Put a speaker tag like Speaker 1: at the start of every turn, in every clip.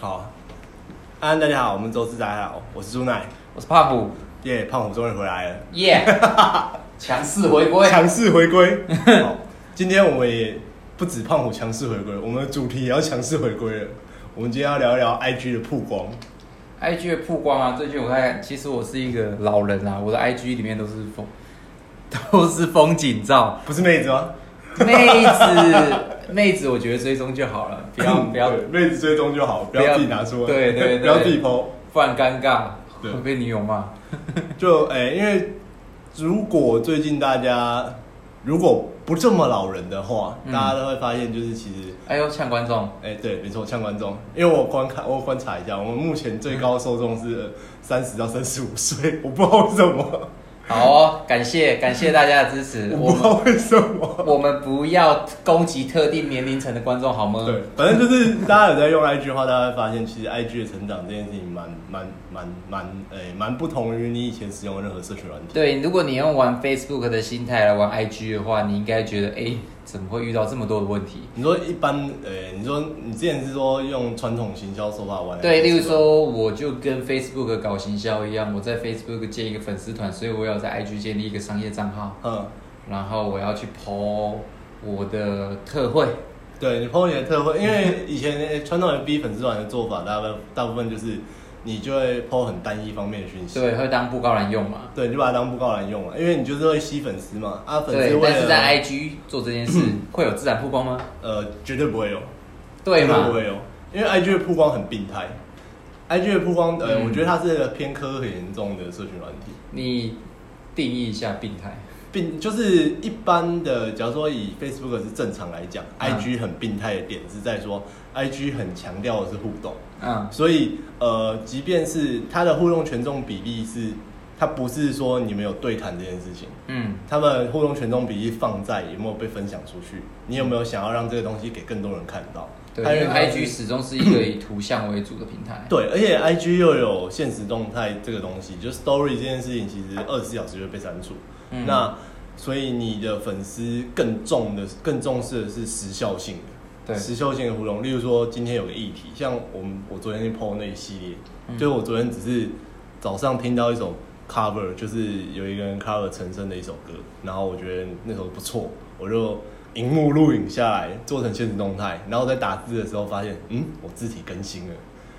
Speaker 1: 好，安安大家好，我们周四大家好，我是朱奈，
Speaker 2: 我是帕普，
Speaker 1: 耶、胖虎终于回来了，
Speaker 2: 耶、 强势回归，
Speaker 1: 强势回归。好，今天我们也不止胖虎强势回归，我们的主题也要强势回归了。我们今天要聊一聊 IG 的曝光，
Speaker 2: IG 的曝光啊，最近我看，其实我是一个老人啊，我的 IG 里面都是风， 都是风景 照，
Speaker 1: 不是妹子吗？
Speaker 2: 妹子，妹子，我觉得追踪就好了， 不要不要，
Speaker 1: 对妹子追踪就好，不
Speaker 2: 不
Speaker 1: 要
Speaker 2: 要
Speaker 1: 自己拿出来，
Speaker 2: 对对对
Speaker 1: 不要自己 PO。
Speaker 2: 不然尴尬，
Speaker 1: 对
Speaker 2: 会被女友骂。
Speaker 1: 就哎、因为如果最近大家如果不这么老人的话，
Speaker 2: 嗯
Speaker 1: 大家都会发现，就是其实
Speaker 2: 哎呦，呛观众，
Speaker 1: 哎、对，没错，像观众，因为我观看，我观察一下，我们目前最高受众是三十到三十五岁，我不知道为什么，
Speaker 2: 好哦，感谢感谢大家的支持，
Speaker 1: 我
Speaker 2: 我
Speaker 1: 不知道
Speaker 2: 们
Speaker 1: 为什么。
Speaker 2: 我们不要攻击特定年龄层的观众好吗？
Speaker 1: 对，反正就是大家有在用 IG 的话，大家会发现其实 IG 的成长这件事情蛮蛮蛮蛮，哎，蛮、不同于你以前使用的任何社群软体。
Speaker 2: 对，如果你用玩 Facebook 的心态来玩 IG 的话，你应该觉得，哎，怎么会遇到这么多的问题？
Speaker 1: 你说一般，呃、你说你之前是说用传统行销手法玩，
Speaker 2: 对，例如，说，我就跟 Facebook 搞行销一样，我在 Facebook 建一个粉丝团，所以我要在 IG 建立一个商业账号，
Speaker 1: 嗯，
Speaker 2: 然后我要去 PO 我的特惠。
Speaker 1: 对你 PO 你的特惠，因为以前呃传统的 B 粉丝团的做法，大部分大部分就是你就会 PO 很单一方面的讯息，
Speaker 2: 对，会当布告栏用嘛？
Speaker 1: 对，你就把它当布告栏用了，因为你就是会吸粉丝嘛，啊，粉丝
Speaker 2: 对，
Speaker 1: 为
Speaker 2: 但是在
Speaker 1: 了
Speaker 2: IG 做这件 事会有自然曝光吗？
Speaker 1: 呃绝对不会有，
Speaker 2: 对
Speaker 1: 绝不
Speaker 2: 嘛？
Speaker 1: 会有，因为 IG 的曝光很病态，IG 的曝光，呃，
Speaker 2: 嗯
Speaker 1: 我觉得它是一个偏科很严重的社群软体，
Speaker 2: 你定义一下病态。
Speaker 1: 病就是一般的，假如说以 Facebook 是正常来讲、
Speaker 2: 嗯
Speaker 1: i g 很病态的点是在说，IG 很强调的是互动，
Speaker 2: 嗯，
Speaker 1: 所以呃，即便是它的互动权重比例是，它不是说你们有对谈这件事情，
Speaker 2: 嗯，
Speaker 1: 他们互动权重比例放在有没有被分享出去，你有没有想要让这个东西给更多人看到？
Speaker 2: 对，因
Speaker 1: 还有
Speaker 2: 为
Speaker 1: 一个
Speaker 2: IG 始终是一个以图像为主的平台。
Speaker 1: 对，而且 IG 又有现实动态这个东西，就 Story 这件事情，其实二十四小时就被删除。
Speaker 2: 嗯
Speaker 1: 那所以你的粉丝更重的、更重视的是时效性的、
Speaker 2: 对，
Speaker 1: 时效性的互动。例如说，今天有个议题，像我们我昨天去 PO 那一系列，
Speaker 2: 嗯
Speaker 1: 就是我昨天只是早上听到一首 cover，就是有一个人
Speaker 2: 哦
Speaker 1: cover 陈升的一首歌，然后我觉得那首不错，我就荧幕录影下来做成现实动态，然后在打字的时候发现，嗯，我字体更新了。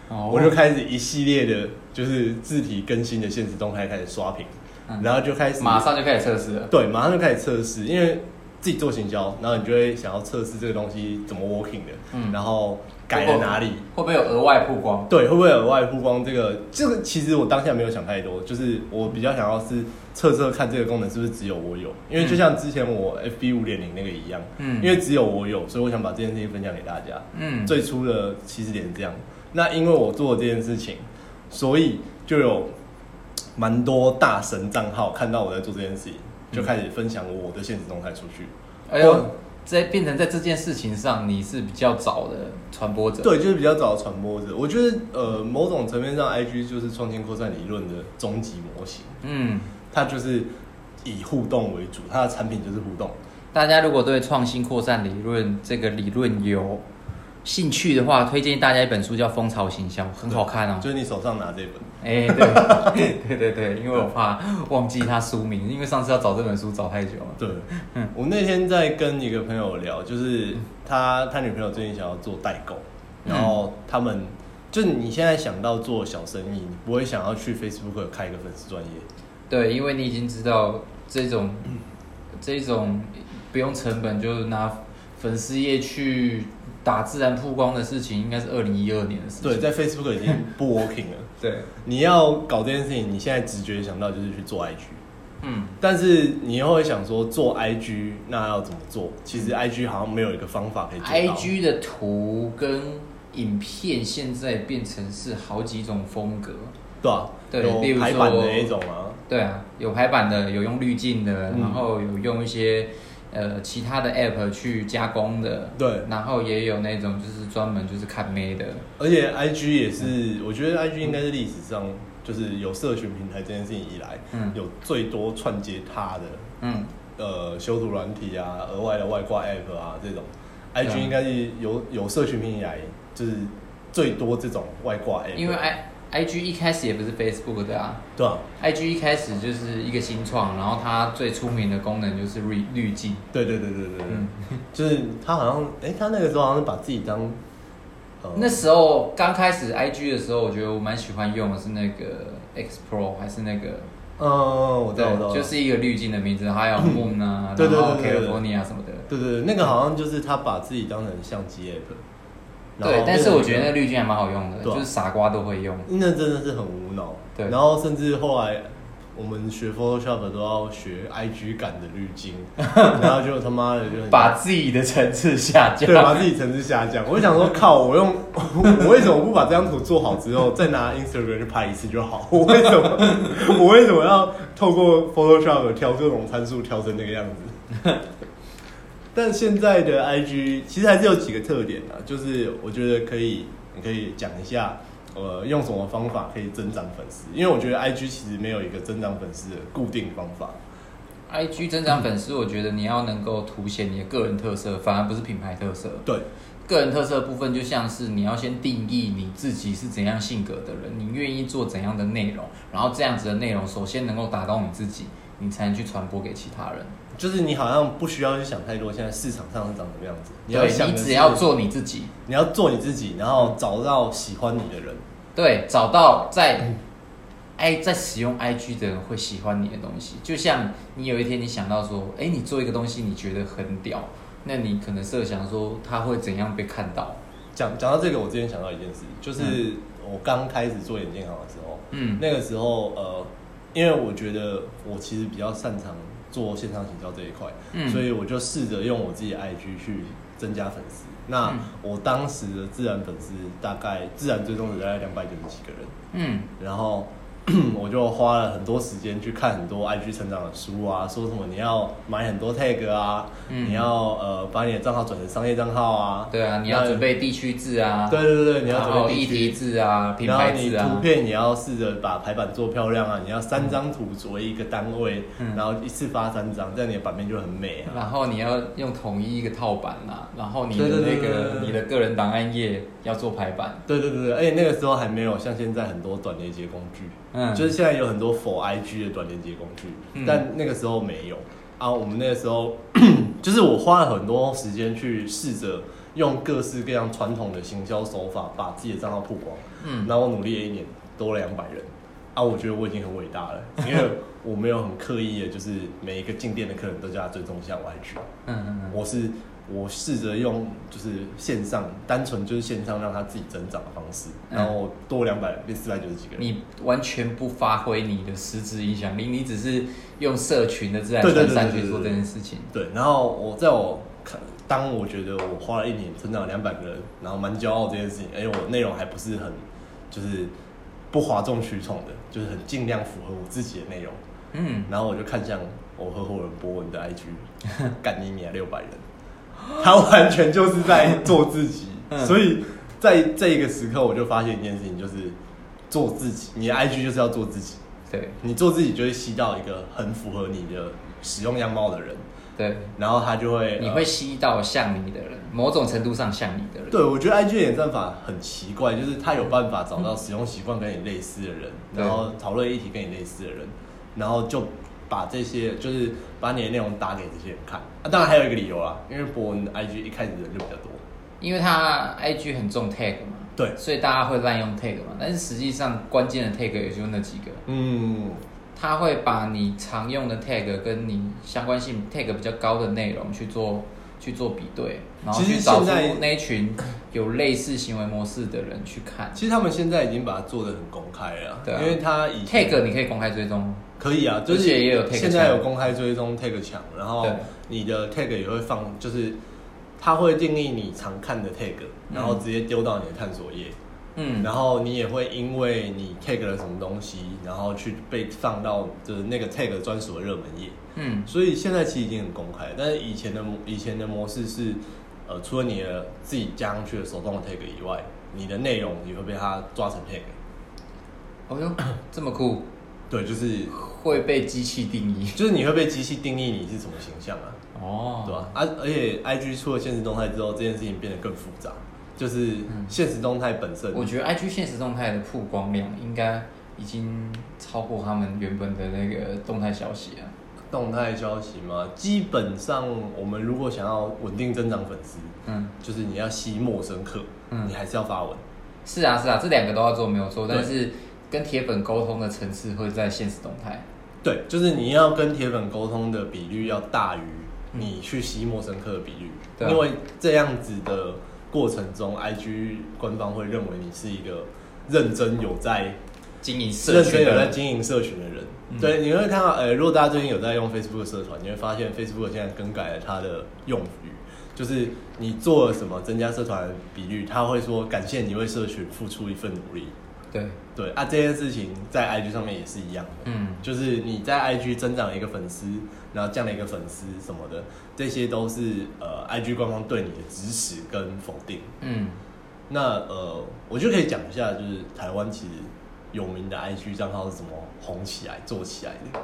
Speaker 2: 哦
Speaker 1: 我就开始一系列的，就是字体更新的现实动态开始刷屏，
Speaker 2: 嗯
Speaker 1: 然后就开始
Speaker 2: 马上就开始测试了。
Speaker 1: 对，马上就开始测试，因为自己做行销，然后你就会想要测试这个东西怎么 working 的，
Speaker 2: 嗯
Speaker 1: 然后改了哪里，
Speaker 2: 会不会有额外曝光？
Speaker 1: 对，会不会额外曝光这个？这个其实我当下没有想太多，就是我比较想要是测测看这个功能是不是只有我有，因为就像之前我 FB 五点零那个一样，
Speaker 2: 嗯
Speaker 1: 因为只有我有，所以我想把这件事情分享给大家。
Speaker 2: 嗯，
Speaker 1: 最初的起始点是这样。那因为我做了这件事情，所以就有蛮多大神账号看到我在做这件事情，就开始分享我的现实动态出去。
Speaker 2: 哎呦，在变成在这件事情上，你是比较早的传播者。，
Speaker 1: 对，就是比较早的传播者。我觉得呃，某种层面上，IG 就是创新扩散理论的终极模型，
Speaker 2: 嗯，
Speaker 1: 它就是以互动为主，它的产品就是互动。
Speaker 2: 大家如果对创新扩散理论这个理论有兴趣的话，推荐大家一本书叫《蜂巢行销》，很好看哦。
Speaker 1: 就是你手上拿这本，
Speaker 2: 哎、 对，对对对，因为我怕忘记它书名，因为上次要找这本书找太久了。
Speaker 1: 对，我那天在跟一个朋友聊，就是他他女朋友最近想要做代购，然后他们就是你现在想到做小生意，你不会想要去 Facebook 开一个粉丝专业，
Speaker 2: 对，因为你已经知道这种这种不用成本就拿粉丝页去打自然曝光的事情，应该是二零一二年的事情。
Speaker 1: 对，在 Facebook 已经不 working 了。
Speaker 2: 对，
Speaker 1: 你要搞这件事情，你现在直觉想到就是去做 IG，
Speaker 2: 嗯，
Speaker 1: 但是你又会想说做 IG 那要怎么做？其实 IG 好像没哎有一个方法可以做到。
Speaker 2: IG 的图跟影片现在变成是好几种风格。
Speaker 1: 对啊，
Speaker 2: 对例
Speaker 1: 有
Speaker 2: 如
Speaker 1: 排版的
Speaker 2: 说
Speaker 1: 那种啊，
Speaker 2: 对啊，有排版的，有用滤镜的，
Speaker 1: 嗯
Speaker 2: 然后有用一些呃其他的 app 去加工的，
Speaker 1: 对，
Speaker 2: 然后也有那种就是专门就是看妹的。
Speaker 1: 而且 IG 也是，
Speaker 2: 嗯
Speaker 1: 我觉得 IG 应该是历史上就是有社群平台这件事情以来，
Speaker 2: 嗯
Speaker 1: 有最多串接它的
Speaker 2: 嗯，
Speaker 1: 呃修图软体啊、额外的外挂 App 啊这种
Speaker 2: 对
Speaker 1: ，IG
Speaker 2: 啊
Speaker 1: 应该是有有社群平台以来就是最多这种外挂 app，
Speaker 2: 因为 I I G 一开始也不是 Facebook 的啊
Speaker 1: 对啊，
Speaker 2: ，I G 一开始就是一个新创，然后它最出名的功能就是滤滤镜，
Speaker 1: 对对对对对对，
Speaker 2: 嗯，
Speaker 1: 就是他好像哎、他那个时候好像是把自己当呃
Speaker 2: 那时候刚开始 I G 的时候，我觉得我蛮喜欢用的是那个 X Pro 还是那个，
Speaker 1: 嗯，我知道我知道，嗯
Speaker 2: 就是一个滤镜的名字，还有 Moon 啊，
Speaker 1: 对对
Speaker 2: 然后
Speaker 1: 对对对
Speaker 2: California 什么的，
Speaker 1: 对对对，那个好像就是他把自己当成相机 app，然后
Speaker 2: 对，但是我觉得那
Speaker 1: 变成一个
Speaker 2: 滤镜还蛮好用的，
Speaker 1: 对啊
Speaker 2: 就是傻瓜都会用，
Speaker 1: 那真的是很无脑，
Speaker 2: 对
Speaker 1: 然后甚至后来。我们学 Photoshop 都要学 IG 感的滤 镜，然后就他妈的就很
Speaker 2: 把自己的层次下降
Speaker 1: 对，。啊把自己层次下降。我就想说，靠，我用 我为什么不把这张图做好之后，再拿 Instagram 去拍一次就好？我为什么 我为什么要透过 Photoshop 调各种参数调成那个样子？ 但现在的 IG 其实还是有几个特点啊，就是我觉得可以，你可以讲一下，呃，用什么方法可以增长粉丝？因为我觉得 IG 其实没有一个增长粉丝的固定方法。
Speaker 2: IG 增长粉丝，我觉得你要能够凸显你的个人特色，反而不是品牌特色。
Speaker 1: 对，
Speaker 2: 个人特色的部分就像是你要先定义你自己是怎样性格的人，你愿意做怎样的内容，然后这样子的内容首先能够打动你自己，你才能去传播给其他人。
Speaker 1: 就是你好像不需要去想太多，现在市场上是长什么样子。你要
Speaker 2: 对，
Speaker 1: 想
Speaker 2: 你
Speaker 1: 的是
Speaker 2: 只要做你自己，
Speaker 1: 你要做你自己，然后找到喜欢你的人。
Speaker 2: 对，找到在 i 在使用 IG 的人会喜欢你的东西。就像你有一天你想到说，哎，你做一个东西你觉得很屌，那你可能设想说它会怎样被看到。
Speaker 1: 讲讲到这个，我之前想到一件事，就是我刚开始做眼镜行的时候，
Speaker 2: 嗯，
Speaker 1: 那个时候呃，因为我觉得我其实比较擅长做线上行销这一块，
Speaker 2: 嗯
Speaker 1: 所以我就试着用我自己的 IG 去增加粉丝。那
Speaker 2: 嗯
Speaker 1: 我当时的自然粉丝大概自然追踪者大概两百九十几个人，
Speaker 2: 嗯，
Speaker 1: 然后 我就花了很多时间去看很多 IG 成长的书啊，说什么你要买很多 tag 啊，
Speaker 2: 嗯
Speaker 1: 你要呃把你的账号转成商业账号啊，
Speaker 2: 对啊，你要准备地区字啊，
Speaker 1: 对对对，你要
Speaker 2: 然
Speaker 1: 准
Speaker 2: 后
Speaker 1: 备
Speaker 2: 议
Speaker 1: 地
Speaker 2: 题
Speaker 1: 区，
Speaker 2: 字啊，品
Speaker 1: 然后
Speaker 2: 牌
Speaker 1: 你
Speaker 2: 字
Speaker 1: 图
Speaker 2: 啊，
Speaker 1: 片你要试着把排版做漂亮啊，你要三张图作为一个单位，
Speaker 2: 嗯
Speaker 1: 然后一次发三张，这样你的版面就很美啊。
Speaker 2: 然后你要用统一一个套版啦，然后你的
Speaker 1: 对对
Speaker 2: 那
Speaker 1: 对对对
Speaker 2: 个
Speaker 1: 对
Speaker 2: 你的个人档案页要做排版，
Speaker 1: 对对对对，而且那个时候还没有像现在很多短连接工具，
Speaker 2: 嗯，
Speaker 1: 就是现在有很多 for IG 的短连接工具，
Speaker 2: 嗯
Speaker 1: 但那个时候没有啊。我们那个时候就是我花了很多时间去试着用各式各样传统的行销手法把自己的账号曝光，
Speaker 2: 嗯
Speaker 1: 那我努力了一年，多了两百人啊，我觉得我已经很伟大了，因为我没有很刻意的，就是每一个进店的客人都叫他追踪一下我 IG，
Speaker 2: 嗯嗯嗯，
Speaker 1: 我是。我试着用就是线上，单纯就是线上让他自己增长的方式，
Speaker 2: 嗯
Speaker 1: 然后多两百人变四百九十几个人。
Speaker 2: 你完全不发挥你的实质影响力，你只是用社群的自然
Speaker 1: 对对
Speaker 2: 传
Speaker 1: 对
Speaker 2: 散
Speaker 1: 对
Speaker 2: 去
Speaker 1: 对
Speaker 2: 做
Speaker 1: 对
Speaker 2: 这件事情。
Speaker 1: 对，然后我在我看，当我觉得我花了一年成长两百个人，然后蛮骄傲这件事情，而且我内容还不是很，就是不哗众取宠的，就是很尽量符合我自己的内容。
Speaker 2: 嗯，
Speaker 1: 然后我就看向我合伙人博文的 IG，干 你娘六百人，他完全就是在做自己，
Speaker 2: 嗯
Speaker 1: 所以在这一个时刻，我就发现一件事情，就是做自己，你的 IG 就是要做自己，
Speaker 2: 对
Speaker 1: 你做自己就会吸到一个很符合你的使用样貌的人。
Speaker 2: 对，
Speaker 1: 然后他就会，
Speaker 2: 你
Speaker 1: 呃
Speaker 2: 会吸到像你的人，某种程度上像你的人。
Speaker 1: 对我觉得 IG 的演算法很奇怪，就是他有办法找到使用习惯跟你类似的人，
Speaker 2: 对
Speaker 1: 然后讨论议题跟你类似的人，然后就把这些就是把你的内容打给这些人看。啊，当然还有一个理由啦，因为博文的 IG 一开始人就比较多，
Speaker 2: 因为他 IG 很重 tag 嘛，
Speaker 1: 对
Speaker 2: 所以大家会滥用 tag 嘛，但是实际上关键的 tag 也就那几个，
Speaker 1: 嗯，
Speaker 2: 他会把你常用的 tag 跟你相关性 tag 比较高的内容去做去做比对，然后
Speaker 1: 其实
Speaker 2: 去找
Speaker 1: 现
Speaker 2: 出
Speaker 1: 在
Speaker 2: 那一群有类似行为模式的人去看。
Speaker 1: 其实他们现在已经把它做的很公开了，
Speaker 2: 对啊
Speaker 1: 因为他以前
Speaker 2: tag 你可以公开追踪，
Speaker 1: 可以啊，就
Speaker 2: 而
Speaker 1: 是
Speaker 2: 且也有 tag
Speaker 1: 现在
Speaker 2: 墙
Speaker 1: 有公开追踪 tag 墙，然后
Speaker 2: 对
Speaker 1: 你的 tag 也会放，就是它会定义你常看的 tag，
Speaker 2: 嗯
Speaker 1: 然后直接丢到你的探索页，
Speaker 2: 嗯，
Speaker 1: 然后你也会因为你 tag 了什么东西，然后去被放到就是那个 tag 专属的热门页。
Speaker 2: 嗯，
Speaker 1: 所以现在其实已经很公开，但是以前的模以前的模式是，呃，除了你的自己加上去的手动的 tag 以外，你的内容也会被它抓成 tag。
Speaker 2: 哦哟，这么酷，
Speaker 1: 对，就是
Speaker 2: 会被机器定义
Speaker 1: 就是你会被机器定义你是什么形象啊。
Speaker 2: 哦，
Speaker 1: 对吧、啊？而且 IG 出了现实动态之后，这件事情变得更复杂，就是现实动态本身。
Speaker 2: 我觉得 IG 现实动态的曝光量应该已经超过他们原本的那个动态消息了。
Speaker 1: 动态消息嘛，基本上我们如果想要稳定增长粉丝，
Speaker 2: 嗯，
Speaker 1: 就是你要吸陌生客，
Speaker 2: 嗯
Speaker 1: 你还是要发文。
Speaker 2: 是啊是啊，这两个都要做没有错，
Speaker 1: 对
Speaker 2: 但是跟铁粉沟通的层次会在现实动态。
Speaker 1: 对，就是你要跟铁粉沟通的比率要大于你去吸陌生客的比率，
Speaker 2: 嗯对啊
Speaker 1: 因为这样子的过程中，IG 官方会认为你是一个认真有在
Speaker 2: 经营社
Speaker 1: 认真
Speaker 2: 群
Speaker 1: 有在
Speaker 2: 的，
Speaker 1: 经营社群的人。
Speaker 2: 嗯
Speaker 1: 对，你会看到，呃，如果大家最近有在用 Facebook 的社团，你会发现 Facebook 现在更改了它的用语，就是你做了什么增加社团的比率，他会说感谢你为社群付出一份努力。
Speaker 2: 对，
Speaker 1: 对啊，这件事情在 IG 上面也是一样的。
Speaker 2: 嗯，
Speaker 1: 就是你在 IG 增长了一个粉丝，然后降了一个粉丝什么的，这些都是呃 IG 官方对你的支持跟否定。
Speaker 2: 嗯，
Speaker 1: 那呃，我就可以讲一下，就是台湾其实有名的 IG 账号是怎么红起来、做起来的，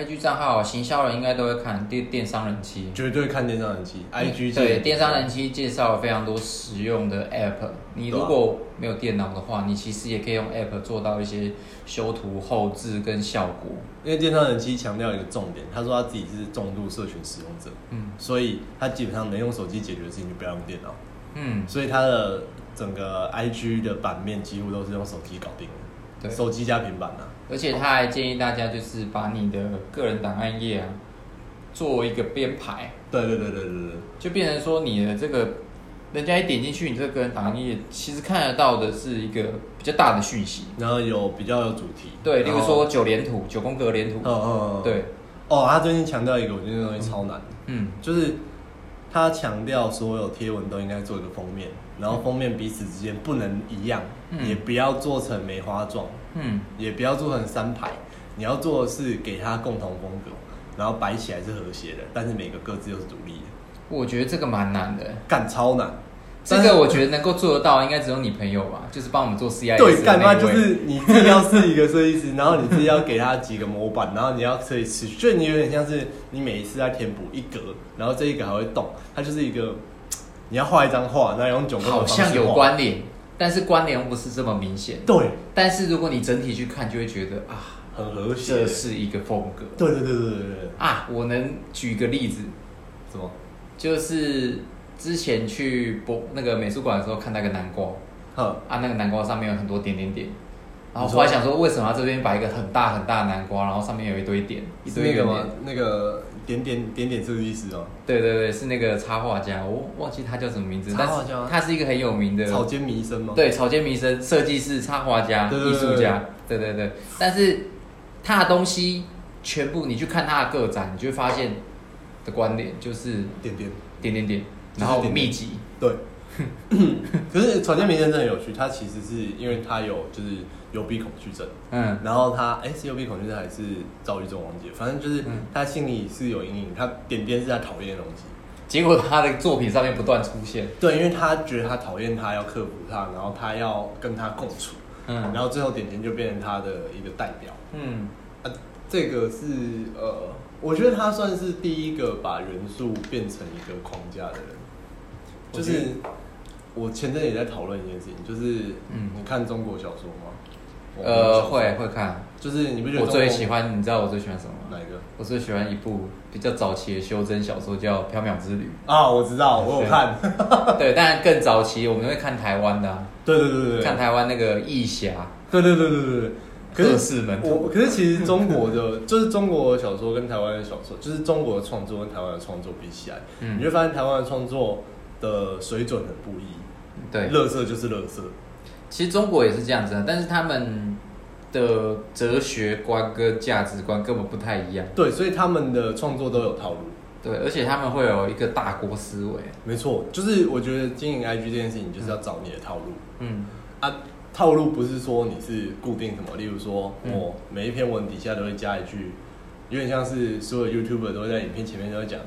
Speaker 2: IG 账号行销人应该都会看电电商人气
Speaker 1: 绝对看电商人气
Speaker 2: 嗯对
Speaker 1: ，IG 界
Speaker 2: 电商人气介绍了非常多实用的 App。你
Speaker 1: 对啊
Speaker 2: 如果没有电脑的话，你其实也可以用 App 做到一些修图、后置跟效果。
Speaker 1: 因为电商人气强调一个重点，他说他自己是重度社群使用者，
Speaker 2: 嗯
Speaker 1: 所以他基本上能用手机解决的事情就不要用电脑，
Speaker 2: 嗯，
Speaker 1: 所以他的整个 IG 的版面几乎都是用手机搞定的，
Speaker 2: 对
Speaker 1: 手机加平板啊。
Speaker 2: 而且他还建议大家就是把你的个人档案页啊做一个编排，
Speaker 1: 对对对对对对，
Speaker 2: 就变成说你的这个，人家一点进去，你这个个人档案页其实看得到的是一个比较大的讯息。
Speaker 1: 然后有比较有主题，
Speaker 2: 对，例如
Speaker 1: 然后
Speaker 2: 说，九连图、九宫格连图
Speaker 1: 嗯，嗯嗯，
Speaker 2: 对，
Speaker 1: 哦，他最近强调一个，我觉得那东西超难，
Speaker 2: 嗯，
Speaker 1: 就是他强调所有贴文都应该做一个封面，然后封面彼此之间不能一样，
Speaker 2: 嗯
Speaker 1: 也不要做成梅花状，
Speaker 2: 嗯，
Speaker 1: 也不要做成三排，你要做的是给它共同风格，然后摆起来是和谐的，但是每个各自又是独立的，
Speaker 2: 我觉得这个蛮难的。
Speaker 1: 干超难。
Speaker 2: 这
Speaker 1: 但是
Speaker 2: 个我觉得能够做得到，应该只有你朋友吧，就是帮我们做 CIS
Speaker 1: 对，
Speaker 2: 的
Speaker 1: 干
Speaker 2: 那
Speaker 1: 嘛
Speaker 2: 一
Speaker 1: 就
Speaker 2: 位
Speaker 1: 是你自己要是一个设计师，然后你自己要给他几个模板，然后你要可以持续，就你有点像是你每一次在填补一格，然后这一格还会动，它就是一个你要画一张画，那用九宫格
Speaker 2: 好
Speaker 1: 的方
Speaker 2: 像
Speaker 1: 式哦
Speaker 2: 有
Speaker 1: 画。
Speaker 2: 关联，但是关联又不是这么明显。
Speaker 1: 对，
Speaker 2: 但是如果你整体去看，就会觉得啊，
Speaker 1: 很和谐。
Speaker 2: 这是一个风格
Speaker 1: 对对对对对对，
Speaker 2: 啊。我能举个例子，
Speaker 1: 什么？
Speaker 2: 就是之前去博那个美术馆的时候看那个南瓜
Speaker 1: 哼，
Speaker 2: 啊，那个南瓜上面有很多点点点，然后
Speaker 1: 你说
Speaker 2: 后来想说为什么要这边摆一个很大很大的南瓜，然后上面有一堆点，一
Speaker 1: 是
Speaker 2: 堆
Speaker 1: 那个
Speaker 2: 圆
Speaker 1: 吗
Speaker 2: 点。？
Speaker 1: 那个点点点点设计师哦，
Speaker 2: 对对对，是那个插画家，我忘记他叫什么名字，
Speaker 1: 插
Speaker 2: 但
Speaker 1: 画
Speaker 2: 是
Speaker 1: 家
Speaker 2: 他是一个很有名的
Speaker 1: 草间弥生吗？，
Speaker 2: 对，草间弥生，设计师、插画家、
Speaker 1: 对对
Speaker 2: 艺
Speaker 1: 对
Speaker 2: 术家，对对对。但是他的东西全部，你去看他的个展，你就会发现的观点就是
Speaker 1: 点点。
Speaker 2: 点点点，
Speaker 1: 就是
Speaker 2: 然后
Speaker 1: 点点
Speaker 2: 密集，
Speaker 1: 对，可是草间弥生真的有趣，他其实是因为他有就是幽闭恐惧症。
Speaker 2: 嗯，
Speaker 1: 然后他哎是幽闭恐惧症还是躁郁症忘记了，反正就是
Speaker 2: 嗯
Speaker 1: 他心里是有阴影，他点点是他讨厌的东西。
Speaker 2: 结果他的作品上面不断出现，
Speaker 1: 对，因为他觉得他讨厌他，要克服他，然后他要跟他共处，
Speaker 2: 嗯
Speaker 1: 然后最后点点就变成他的一个代表。
Speaker 2: 嗯，
Speaker 1: 啊，这个是呃，我觉得他算是第一个把元素变成一个框架的人。
Speaker 2: 我
Speaker 1: 就
Speaker 2: 觉得
Speaker 1: 是我前阵也在讨论一件事情，就是
Speaker 2: 嗯
Speaker 1: 你看中国小说吗？
Speaker 2: 呃，会，会看。
Speaker 1: 就是你不觉得
Speaker 2: 我最
Speaker 1: 中国
Speaker 2: 喜欢，你知道我最喜欢什么吗？
Speaker 1: 哪一个？
Speaker 2: 我最喜欢一部比较早期的修真小说，叫《缥缈 之旅
Speaker 1: 啊，我知道，我有看。》。
Speaker 2: 对，当然更早期我们会看台湾的啊、
Speaker 1: 对对对对对，
Speaker 2: 看台湾那个义侠、
Speaker 1: 对对对对对对。可
Speaker 2: 各
Speaker 1: 是
Speaker 2: 式门徒，
Speaker 1: 我可是其实中国的， 就是中国的小说跟台湾的小说，就是中国的创作跟台湾的创作比起来，
Speaker 2: 嗯
Speaker 1: 你会发现台湾的创作的水准很不一，
Speaker 2: 对，
Speaker 1: 乐色就是乐色，
Speaker 2: 其实中国也是这样子啊，但是他们的哲学观跟价值观根本不太一样。
Speaker 1: 对，所以他们的创作都有套路。
Speaker 2: 对，而且他们会有一个大国思维。
Speaker 1: 没错，就是我觉得经营 IG 这件事情，就是要找你的套路
Speaker 2: 嗯，
Speaker 1: 啊。套路不是说你是固定什么，例如说
Speaker 2: 嗯
Speaker 1: 我每一篇文底下都会加一句，有点像是所有 YouTuber 都会在影片前面都会讲，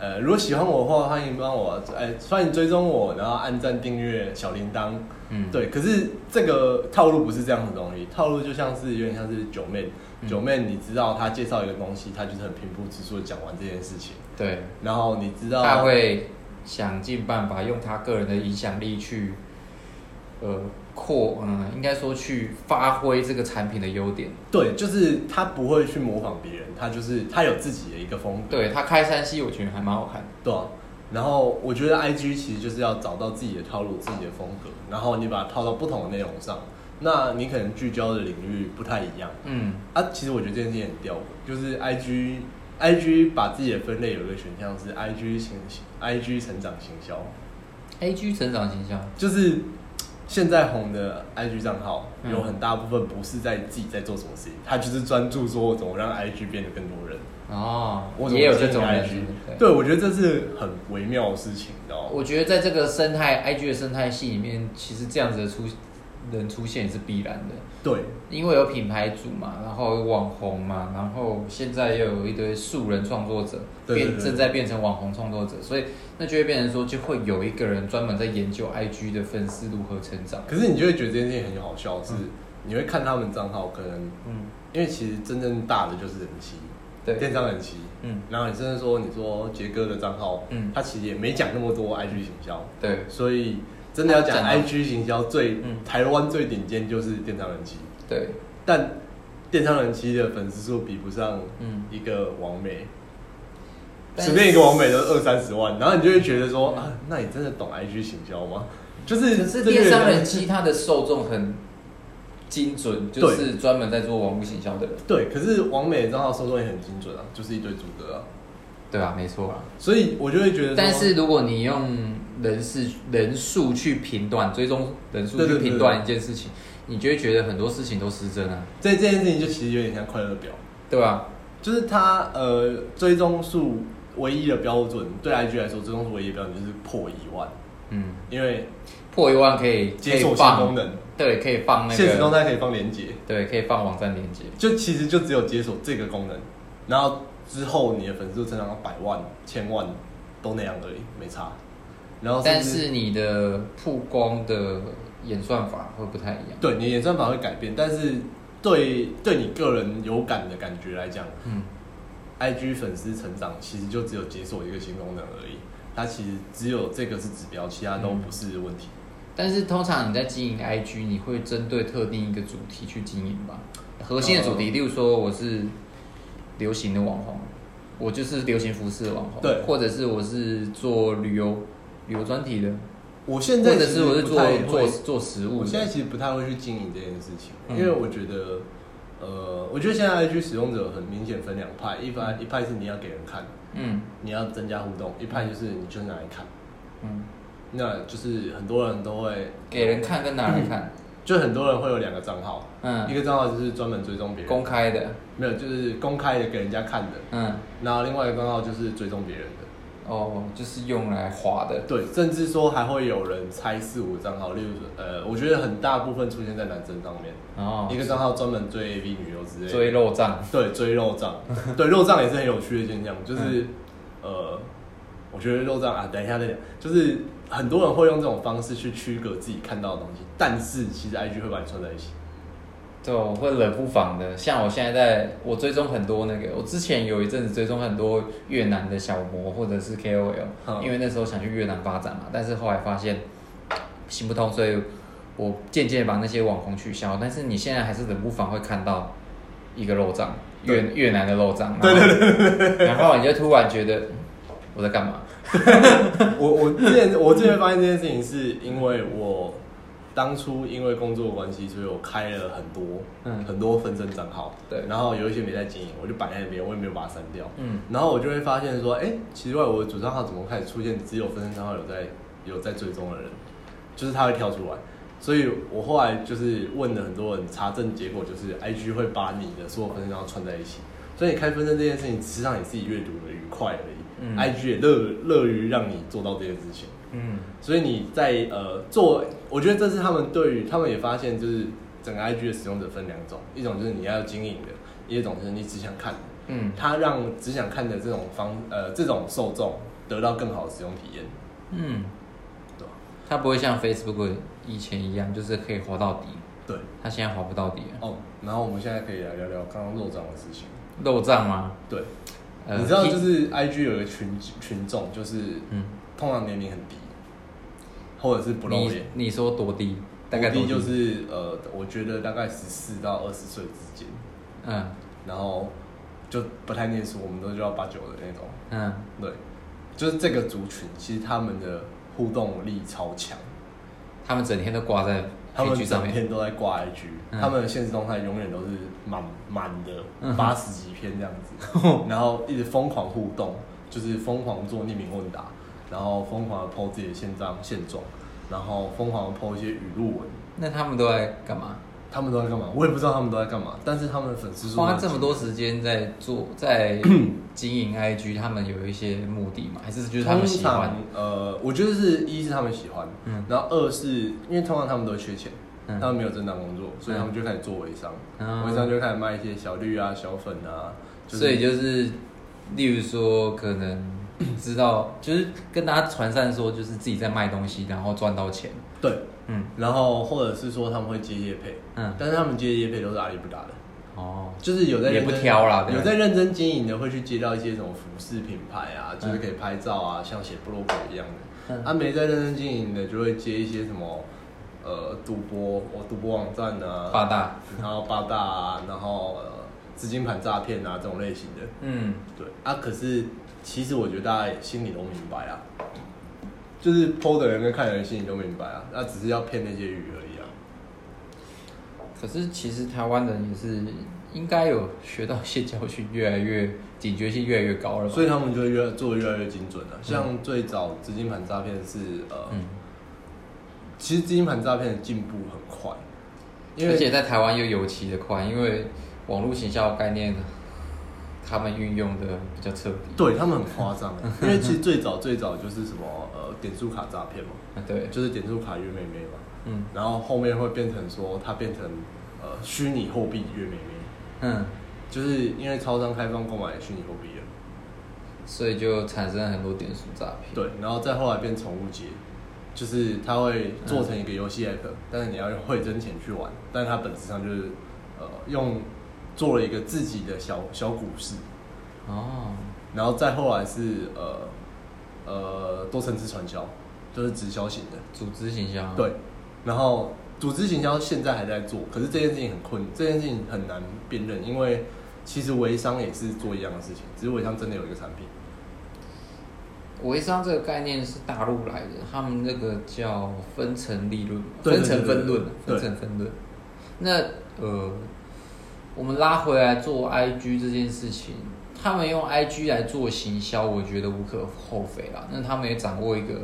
Speaker 1: 呃，如果喜欢我的话，欢迎帮我，哎、欢迎追踪我，然后按赞、订阅、小铃铛。
Speaker 2: 嗯，
Speaker 1: 对，可是这个套路不是这样的东西，套路就像是有点像是九妹，
Speaker 2: 嗯
Speaker 1: 九妹你知道她介绍一个东西，她就是很平铺直述地讲完这件事情，
Speaker 2: 对，
Speaker 1: 然后你知道
Speaker 2: 他会想尽办法用他个人的影响力去，呃，扩，嗯，应该说去发挥这个产品的优点。
Speaker 1: 对，就是他不会去模仿别人，他就是他有自己的一个风格。
Speaker 2: 对他开山西，我觉得还蛮好看的。
Speaker 1: 对啊，然后我觉得 I G 其实就是要找到自己的套路、自己的风格，然后你把它套到不同的内容上，那你可能聚焦的领域不太一样
Speaker 2: 嗯，
Speaker 1: 啊。其实我觉得这件事情很吊诡，就是 I G I G 把自己的分类有一个选项是 I G 行 I G 成长行销，
Speaker 2: A G 成长形象，
Speaker 1: 就是现在红的 I G 账号
Speaker 2: 嗯
Speaker 1: 有很大部分不是在自己在做什么事情，他就是专注说我怎么让 I G 变得更多人。
Speaker 2: 哦，
Speaker 1: 我怎么
Speaker 2: 也有这种
Speaker 1: 经营
Speaker 2: 人
Speaker 1: IG，
Speaker 2: 对
Speaker 1: 对，我觉得这是很微妙的事情，你知道吗？
Speaker 2: 我觉得在这个生态 IG 的生态系里面，其实这样子的出人出现也是必然的，
Speaker 1: 对，
Speaker 2: 因为有品牌主嘛，然后有网红嘛，然后现在又有一堆素人创作者
Speaker 1: 对对
Speaker 2: 变
Speaker 1: 对
Speaker 2: 正在变成网红创作者，所以那就会变成说，就会有一个人专门在研究 IG 的粉丝如何成长。
Speaker 1: 可是你就会觉得这件事情很好笑，是你会看他们账号，可能
Speaker 2: 嗯，
Speaker 1: 因为其实真正大的就是人气，
Speaker 2: 对，
Speaker 1: 电商人气。
Speaker 2: 嗯，
Speaker 1: 然后你甚至说，你说杰哥的账号，
Speaker 2: 嗯
Speaker 1: 他其实也没讲那么多 IG 行销，
Speaker 2: 对，
Speaker 1: 所以真的要讲
Speaker 2: 他讲
Speaker 1: IG 行销最、
Speaker 2: 嗯
Speaker 1: 台湾最顶尖就是电商人气，
Speaker 2: 对，
Speaker 1: 但电商人气的粉丝数比不上
Speaker 2: 嗯，
Speaker 1: 一个王美，
Speaker 2: 但
Speaker 1: 随便一个王美都二三十万，然后你就会觉得说啊，那你真的懂 IG 行销吗？就是
Speaker 2: 可是
Speaker 1: 这个
Speaker 2: 电商人
Speaker 1: 像
Speaker 2: 气，他的受众很精准，就
Speaker 1: 对
Speaker 2: 是专门在做网络行销的人。
Speaker 1: 对，可是王美的账号搜索也很精准啊，就是一堆主歌啊，
Speaker 2: 对啊，没错啊。
Speaker 1: 所以我就会觉得说，
Speaker 2: 但是如果你用人事人数去评断，追踪人数
Speaker 1: 对对
Speaker 2: 去
Speaker 1: 对
Speaker 2: 评断一件事情，你就会觉得很多事情都失真啊，
Speaker 1: 这这件事情就其实有点像快乐表，
Speaker 2: 对吧？
Speaker 1: 就是它呃追踪数唯一的标准，对 IG 来说追踪数唯一的标准就是破一万，
Speaker 2: 嗯，
Speaker 1: 因为
Speaker 2: 破一万可以可
Speaker 1: 解
Speaker 2: 以
Speaker 1: 锁新功
Speaker 2: 放，
Speaker 1: 能，
Speaker 2: 对，可以放那
Speaker 1: 现实动
Speaker 2: 个，
Speaker 1: 态可以放连接，
Speaker 2: 对，可以放网站链接。
Speaker 1: 就其实就只有解锁这个功能，然后之后你的粉丝增长到百万、千万都那样而已，没差。然后哦甚
Speaker 2: 但
Speaker 1: 至
Speaker 2: 是你的曝光的演算法会不太一样。
Speaker 1: 对你的演算法会改变，但是对对你个人有感的感觉来讲
Speaker 2: 嗯，
Speaker 1: ，IG 粉丝成长其实就只有解锁一个新功能而已，它其实只有这个是指标，其他都
Speaker 2: 嗯
Speaker 1: 不是问题。
Speaker 2: 但是通常你在经营 IG，你会针对特定一个主题去经营吧？核心的主
Speaker 1: 呃
Speaker 2: 题，例如说我是流行的网红，我就是流行服饰的网红，
Speaker 1: 对
Speaker 2: 或者是我是做旅游旅游专题的，
Speaker 1: 我现
Speaker 2: 或
Speaker 1: 在
Speaker 2: 者
Speaker 1: 其
Speaker 2: 是
Speaker 1: 实
Speaker 2: 我是
Speaker 1: 不
Speaker 2: 做
Speaker 1: 太
Speaker 2: 做
Speaker 1: 会
Speaker 2: 做食物
Speaker 1: 我现在
Speaker 2: 的，
Speaker 1: 其实不太会去经营这件事情，
Speaker 2: 嗯
Speaker 1: 因为我觉得，呃，我觉得现在 IG 使用者很明显分两派，一派一派是你要给人看，
Speaker 2: 嗯
Speaker 1: 你要增加互动；一派就是你就是拿来看，
Speaker 2: 嗯，
Speaker 1: 那就是很多人都会
Speaker 2: 给人，看跟拿来看，
Speaker 1: 就很多人会有两个账号，一
Speaker 2: 嗯，
Speaker 1: 个账号就是专门追踪别人，
Speaker 2: 公开的，
Speaker 1: 没有就是公开的给人家看的，
Speaker 2: 嗯，
Speaker 1: 然后另外一个账号就是追踪别人的，
Speaker 2: 哦，就是用来划的，
Speaker 1: 对，甚至说还会有人猜四五个账号，例如说呃，我觉得很大部分出现在男生上面，
Speaker 2: 然后
Speaker 1: 一个账号专门追 AV 女优之类的，
Speaker 2: 哦追肉账，
Speaker 1: 对追肉账， 对肉账也是很有趣的现象，就是、呃，我觉得肉账啊，等一下再讲，就是很多人会用这种方式去区隔自己看到的东西，但是其实 IG 会把你串在一起，
Speaker 2: 对，我会冷不防的。像我现在在，我追踪很多那个，我之前有一阵子追踪很多越南的小模或者是 KOL，、
Speaker 1: 嗯
Speaker 2: 因为那时候想去越南发展嘛，但是后来发现行不通，所以我渐渐把那些网红取消。但是你现在还是冷不防会看到一个肉账， 越越南的肉账，对对对，然后你就突然觉得嗯我在干嘛？
Speaker 1: 我我之前我之前发现这件事情，是因为我当初因为工作关系，所以我开了很多、
Speaker 2: 嗯
Speaker 1: 很多分身账号，
Speaker 2: 对
Speaker 1: 然后有一些没在经营，我就摆在那边，我也没有把它删掉，
Speaker 2: 嗯，
Speaker 1: 然后我就会发现说，哎、奇怪，我的主账号怎么开始出现只有分身账号有在有在追踪的人，就是他会跳出来。所以我后来就是问了很多人，查证结果就是 IG 会把你的所有分身账号串在一起。所以你开分身这件事情，实际上你自己阅读的愉快而已。
Speaker 2: 嗯
Speaker 1: IG 也乐乐于让你做到这件事情。
Speaker 2: 嗯，
Speaker 1: 所以你在呃做，我觉得这是他们对于他们也发现，就是整个 IG 的使用者分两种，一种就是你要经营的，一种就是你只想看的。
Speaker 2: 嗯，
Speaker 1: 它让只想看的这种方呃这种受众得到更好的使用体验，
Speaker 2: 嗯
Speaker 1: 对吧，
Speaker 2: 它不会像 Facebook 以前一样，就是可以滑到底，
Speaker 1: 对
Speaker 2: 它现在滑不到底了。
Speaker 1: 哦。然后我们现在可以来聊聊刚刚肉掌的事情。
Speaker 2: 肉账吗？
Speaker 1: 对，
Speaker 2: 呃
Speaker 1: 你知道
Speaker 2: 听
Speaker 1: 就是 I G 有一个群群众，就是
Speaker 2: 嗯
Speaker 1: 通常年龄很低，或者是不露
Speaker 2: 你
Speaker 1: 脸。
Speaker 2: 你说多低？大概
Speaker 1: 我
Speaker 2: 多
Speaker 1: 弟就是呃，我觉得大概十四到二十岁之间，
Speaker 2: 嗯
Speaker 1: 然后就不太念书，我们都叫八九的那种。
Speaker 2: 嗯，
Speaker 1: 对，就是这个族群，其实他们的互动力超强，
Speaker 2: 他们整天都挂在
Speaker 1: 他们
Speaker 2: PG 上
Speaker 1: 整
Speaker 2: 面，
Speaker 1: 天都在挂 IG，、
Speaker 2: 嗯
Speaker 1: 他们的现实动态永远都是满满的
Speaker 2: 嗯
Speaker 1: 八十几篇这样子， 然后一直疯狂互动，就是疯狂做匿名问答，然后疯狂的 PO 自己的现状现状，然后疯狂的 PO 一些语录文。
Speaker 2: 那他们都在干嘛？
Speaker 1: 他们都在干嘛？我也不知道他们都在干嘛，但是他们的粉丝数
Speaker 2: 花
Speaker 1: 很
Speaker 2: 这么
Speaker 1: 惊
Speaker 2: 多
Speaker 1: 人
Speaker 2: 时间在做在经营 IG，他们有一些目的嘛？还是就是他们喜欢？
Speaker 1: 通常呃，我觉得是一是他们喜欢，
Speaker 2: 嗯
Speaker 1: 然后二是因为通常他们都缺钱，
Speaker 2: 嗯
Speaker 1: 他们没有正当工作，所以他们就开始做微商，
Speaker 2: 嗯
Speaker 1: 微商就开始卖一些小绿啊、小粉啊，
Speaker 2: 所以就是，例如说，可能 知道，就是跟大家传散说，就是自己在卖东西，然后赚到钱。
Speaker 1: 对，
Speaker 2: 嗯
Speaker 1: 然后或者是说他们会接业配，
Speaker 2: 嗯，
Speaker 1: 但是他们接业配都是阿里不达的，
Speaker 2: 哦，
Speaker 1: 就是有在
Speaker 2: 也
Speaker 1: 认真
Speaker 2: 不挑啦对
Speaker 1: 有在认真经营的会去接到一些什么服饰品牌啊，就是可以拍照啊，像写部落格一样的。
Speaker 2: 嗯
Speaker 1: 他、没在认真经营的就会接一些什么呃赌博，我赌博网站啊，
Speaker 2: 八大，
Speaker 1: 然后八大啊，然后呃资金盘诈骗啊这种类型的。
Speaker 2: 嗯，
Speaker 1: 对啊，可是其实我觉得大家心里都明白啊，就是 PO 的人跟看的人心里都明白啊，那、只是要骗那些鱼而已啊。
Speaker 2: 可是其实台湾人也是应该有学到一些教训，越来越警觉性越来越高了吧。
Speaker 1: 所以他们就会越做得越来越精准了、像最早资金盘诈骗是呃，
Speaker 2: 嗯，
Speaker 1: 其实资金盘诈骗的进步很快，因
Speaker 2: 而
Speaker 1: 为
Speaker 2: 且在台湾又尤其的快，因为网络行销概念，他们运用的比较彻底。
Speaker 1: 对他们很夸张欸，因为其实最早最早就是什么呃点数卡诈骗嘛，
Speaker 2: 啊，对，
Speaker 1: 就是点数卡月妹妹嘛，
Speaker 2: 嗯
Speaker 1: 然后后面会变成说它变成呃虚拟货币月妹妹，
Speaker 2: 嗯，
Speaker 1: 就是因为超商开放购买虚拟货币了，
Speaker 2: 所以就产生很多点数诈骗。
Speaker 1: 对，然后再后来变宠物节，就是它会做成一个游戏 app，、但是你要用会真钱去玩，但是它本质上就是呃用做了一个自己的小小股市，
Speaker 2: 哦，
Speaker 1: 然后再后来是呃呃多层次传销，就是直销型的，
Speaker 2: 组织行销。
Speaker 1: 对，然后组织行销现在还在做，可是这件事情很困，这件事情很难辨认，因为其实微商也是做一样的事情，只是微商真的有一个产品，
Speaker 2: 微商这个概念是大陆来的，他们那个叫分层利润，
Speaker 1: 对
Speaker 2: 分层分论，啊
Speaker 1: 对对对
Speaker 2: 分层分论。那呃，我们拉回来做 IG 这件事情，他们用 IG 来做行销，我觉得无可厚非啦。那他们也掌握一个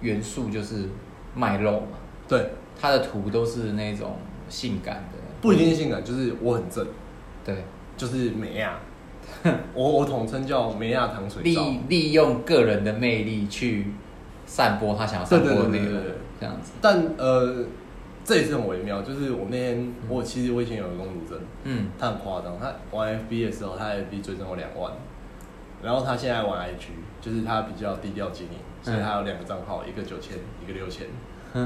Speaker 2: 元素，就是卖肉嘛，
Speaker 1: 对，
Speaker 2: 他的图都是那种性感的，
Speaker 1: 不一定是性感，就是我很正，
Speaker 2: 对，
Speaker 1: 就是美亚，我我统称叫美亚糖水照，
Speaker 2: 利利用个人的魅力去散播他想要散播的
Speaker 1: 对对
Speaker 2: 内
Speaker 1: 对对
Speaker 2: 容
Speaker 1: 对对，
Speaker 2: 这样子，
Speaker 1: 但呃这也是很微妙，就是我那天我其实我以前有个公主症，
Speaker 2: 嗯。
Speaker 1: 她很夸张，她玩 FB 的时候，她 FB 追踪有两万，然后她现在玩 IG，就是她比较低调经营，所以她有两个账号，一个九千，一个六千，对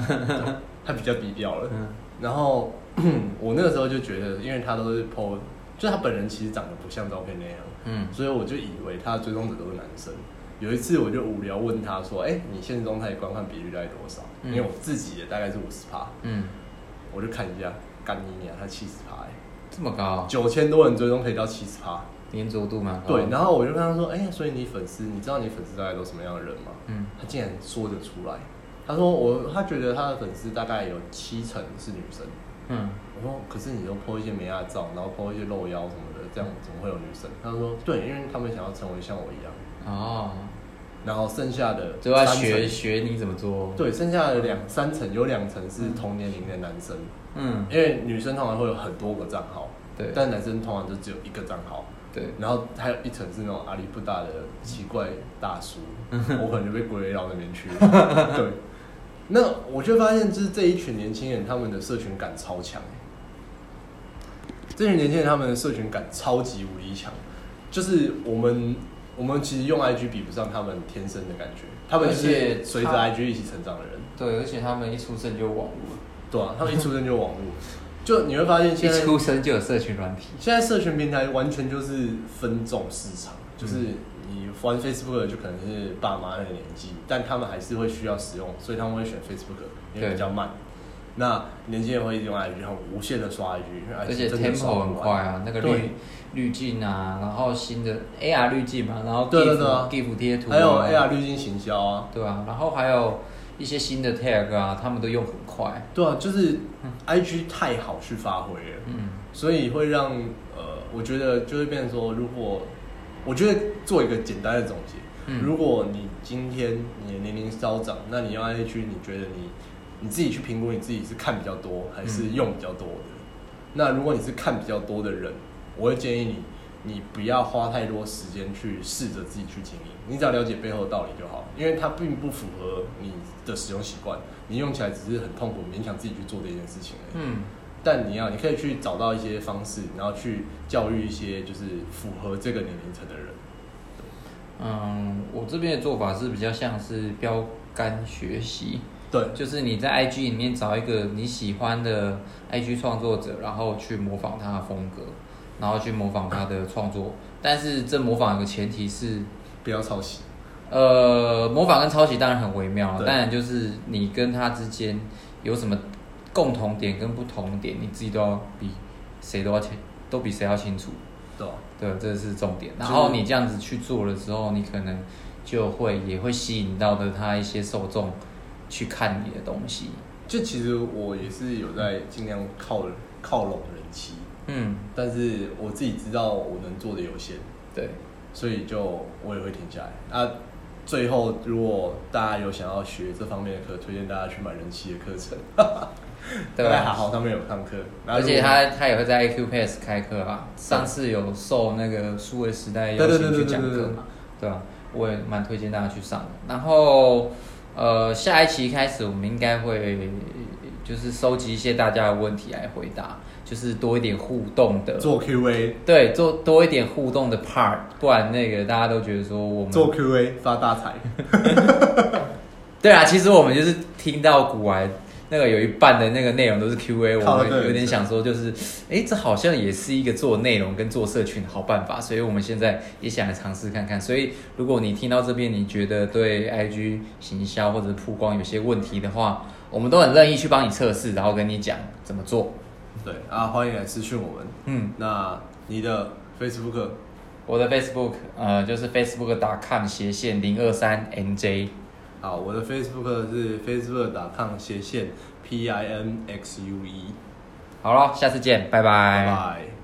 Speaker 1: 她比较低调了。
Speaker 2: 嗯
Speaker 1: 然后 我那个时候就觉得，因为她都是 PO，就她本人其实长得不像照片那样，
Speaker 2: 嗯
Speaker 1: 所以我就以为她的追踪者都是男生。有一次我就无聊问她说：“哎、你现实动态观看比率大概多少？”
Speaker 2: 嗯
Speaker 1: 因为我自己的大概是五十趴，
Speaker 2: 嗯，
Speaker 1: 我就看一下，干你娘，她七十趴哎。
Speaker 2: 这么高，
Speaker 1: 九千多人追踪可以到七十趴。
Speaker 2: 粘着度蛮高。
Speaker 1: 对，，然后我就跟他说，哎、所以你粉丝，你知道你粉丝大概都什么样的人吗？
Speaker 2: 嗯
Speaker 1: 他竟然说得出来，他说我，他觉得他的粉丝大概有七成是女生。
Speaker 2: 嗯，
Speaker 1: 我说，可是你都 po 一些美亚照，然后 po 一些露腰什么的，这样怎么会有女生？他说，对，因为他们想要成为像我一样。
Speaker 2: 哦，
Speaker 1: 然后剩下的
Speaker 2: 就要
Speaker 1: 三成
Speaker 2: 学，学你怎么做。，
Speaker 1: 对，剩下的两三成有两成是同年龄的男生，
Speaker 2: 嗯，
Speaker 1: 因为女生通常会有很多个账号，
Speaker 2: 对
Speaker 1: 但男生通常就只有一个账号。
Speaker 2: 对，
Speaker 1: 然后还有一层是那种阿里不达的奇怪大叔，
Speaker 2: 嗯
Speaker 1: 我可能就被归类到那边去 了。对，那我就发现，就是这一群年轻人，他们的社群感超强、欸这群年轻人他们的社群感超级无敌强，就是我们我们其实用 IG 比不上他们天生的感觉，他们就
Speaker 2: 而且
Speaker 1: 是随着
Speaker 2: 他
Speaker 1: IG 一起成长的人，
Speaker 2: 对，而且他们一出生就有网络，
Speaker 1: 对啊，他们一出生就 有网络，就你会发现现在
Speaker 2: 一出生就有社群软体。嗯
Speaker 1: 现在社群平台完全就是分众市场，就是你玩 Facebook 的就可能是爸妈那个年纪，但他们还是会需要使用，所以他们会选 Facebook，因为
Speaker 2: 对
Speaker 1: 比较慢。那年轻人会一直用 IG，很无限的刷 IG，因为 IG
Speaker 2: 而且
Speaker 1: 哎真的刷
Speaker 2: tempo
Speaker 1: 不
Speaker 2: 很
Speaker 1: 完
Speaker 2: 快啊，那个
Speaker 1: 对
Speaker 2: 滤滤镜啊，然后新的 AR 滤镜嘛，然后 GIF
Speaker 1: 对对对啊
Speaker 2: GIF 贴图、啊，
Speaker 1: 还有 AR 滤镜行销啊，
Speaker 2: 对啊，然后还有一些新的 tag 啊，他们都用很快，
Speaker 1: 对啊，就是 IG 太好去发挥了，
Speaker 2: 嗯，
Speaker 1: 所以会让呃，我觉得就会变成说，如果我觉得做一个简单的总结，
Speaker 2: 嗯
Speaker 1: 如果你今天你的年龄稍长，那你用 IG，你觉得你你自己去评估你自己是看比较多还是用比较多的？那如果你是看比较多的人，我会建议你。你不要花太多时间去试着自己去经营，你只要了解背后的道理就好，因为它并不符合你的使用习惯，你用起来只是很痛苦，勉强自己去做这件事情而已。
Speaker 2: 嗯，
Speaker 1: 但你要，你可以去找到一些方式，然后去教育一些就是符合这个年龄层的人。
Speaker 2: 嗯，我这边的做法是比较像是标杆学习，
Speaker 1: 对，
Speaker 2: 就是你在 IG 里面找一个你喜欢的 IG 创作者，然后去模仿他的风格，然后去模仿他的创作，但是这模仿有个前提是
Speaker 1: 不要抄袭。
Speaker 2: 呃，模仿跟抄袭当然很微妙，
Speaker 1: 对
Speaker 2: 当然就是你跟他之间有什么共同点跟不同点，你自己都要比谁都要清，都比谁要清楚。
Speaker 1: 对吧、
Speaker 2: 对，这是重点。然
Speaker 1: 就是
Speaker 2: 后你这样子去做了之后，你可能就会也会吸引到的他一些受众去看你的东西。
Speaker 1: 就其实我也是有在尽量靠靠拢人气，
Speaker 2: 嗯，
Speaker 1: 但是我自己知道我能做的有限，
Speaker 2: 对，
Speaker 1: 所以就我也会停下来。啊，最后如果大家有想要学这方面的课，推荐大家去买人气的课程。
Speaker 2: 对
Speaker 1: 在
Speaker 2: 吧
Speaker 1: 好好上面有上课，然
Speaker 2: 而
Speaker 1: 后
Speaker 2: 且
Speaker 1: 如果
Speaker 2: 他他也会在 AQ Pass 开课啊，上次有受那个数位时代邀
Speaker 1: 对对
Speaker 2: 请
Speaker 1: 对
Speaker 2: 去
Speaker 1: 对对
Speaker 2: 讲
Speaker 1: 对
Speaker 2: 课
Speaker 1: 对
Speaker 2: 嘛，对吧、我也蛮推荐大家去上的。然后呃，下一期开始我们应该会就是收集一些大家的问题来回答，就是多一点互动的，
Speaker 1: 做 QA
Speaker 2: 对，做多一点互动的 part，不然那个大家都觉得说我们
Speaker 1: 做 QA 发大财，
Speaker 2: 对啊，其实我们就是听到古玩那个有一半的那个内容都是 Q&A，我
Speaker 1: 靠得更
Speaker 2: 们有点
Speaker 1: 远
Speaker 2: 想说就是，哎，这好像也是一个做内容跟做社群的好办法，所以我们现在也想来尝试看看。所以如果你听到这边，你觉得对 IG 行销或者曝光有些问题的话，我们都很乐意去帮你测试，然后跟你讲怎么做。
Speaker 1: 对啊，欢迎来私讯我们。
Speaker 2: 嗯，
Speaker 1: 那你的 Facebook
Speaker 2: 我的 Facebook 呃就是 facebook.com 斜线零二三 NJ，
Speaker 1: 好，我的 Facebook 是 facebook.com 斜线 p i n x u e，
Speaker 2: 好了，下次见，拜
Speaker 1: 拜拜。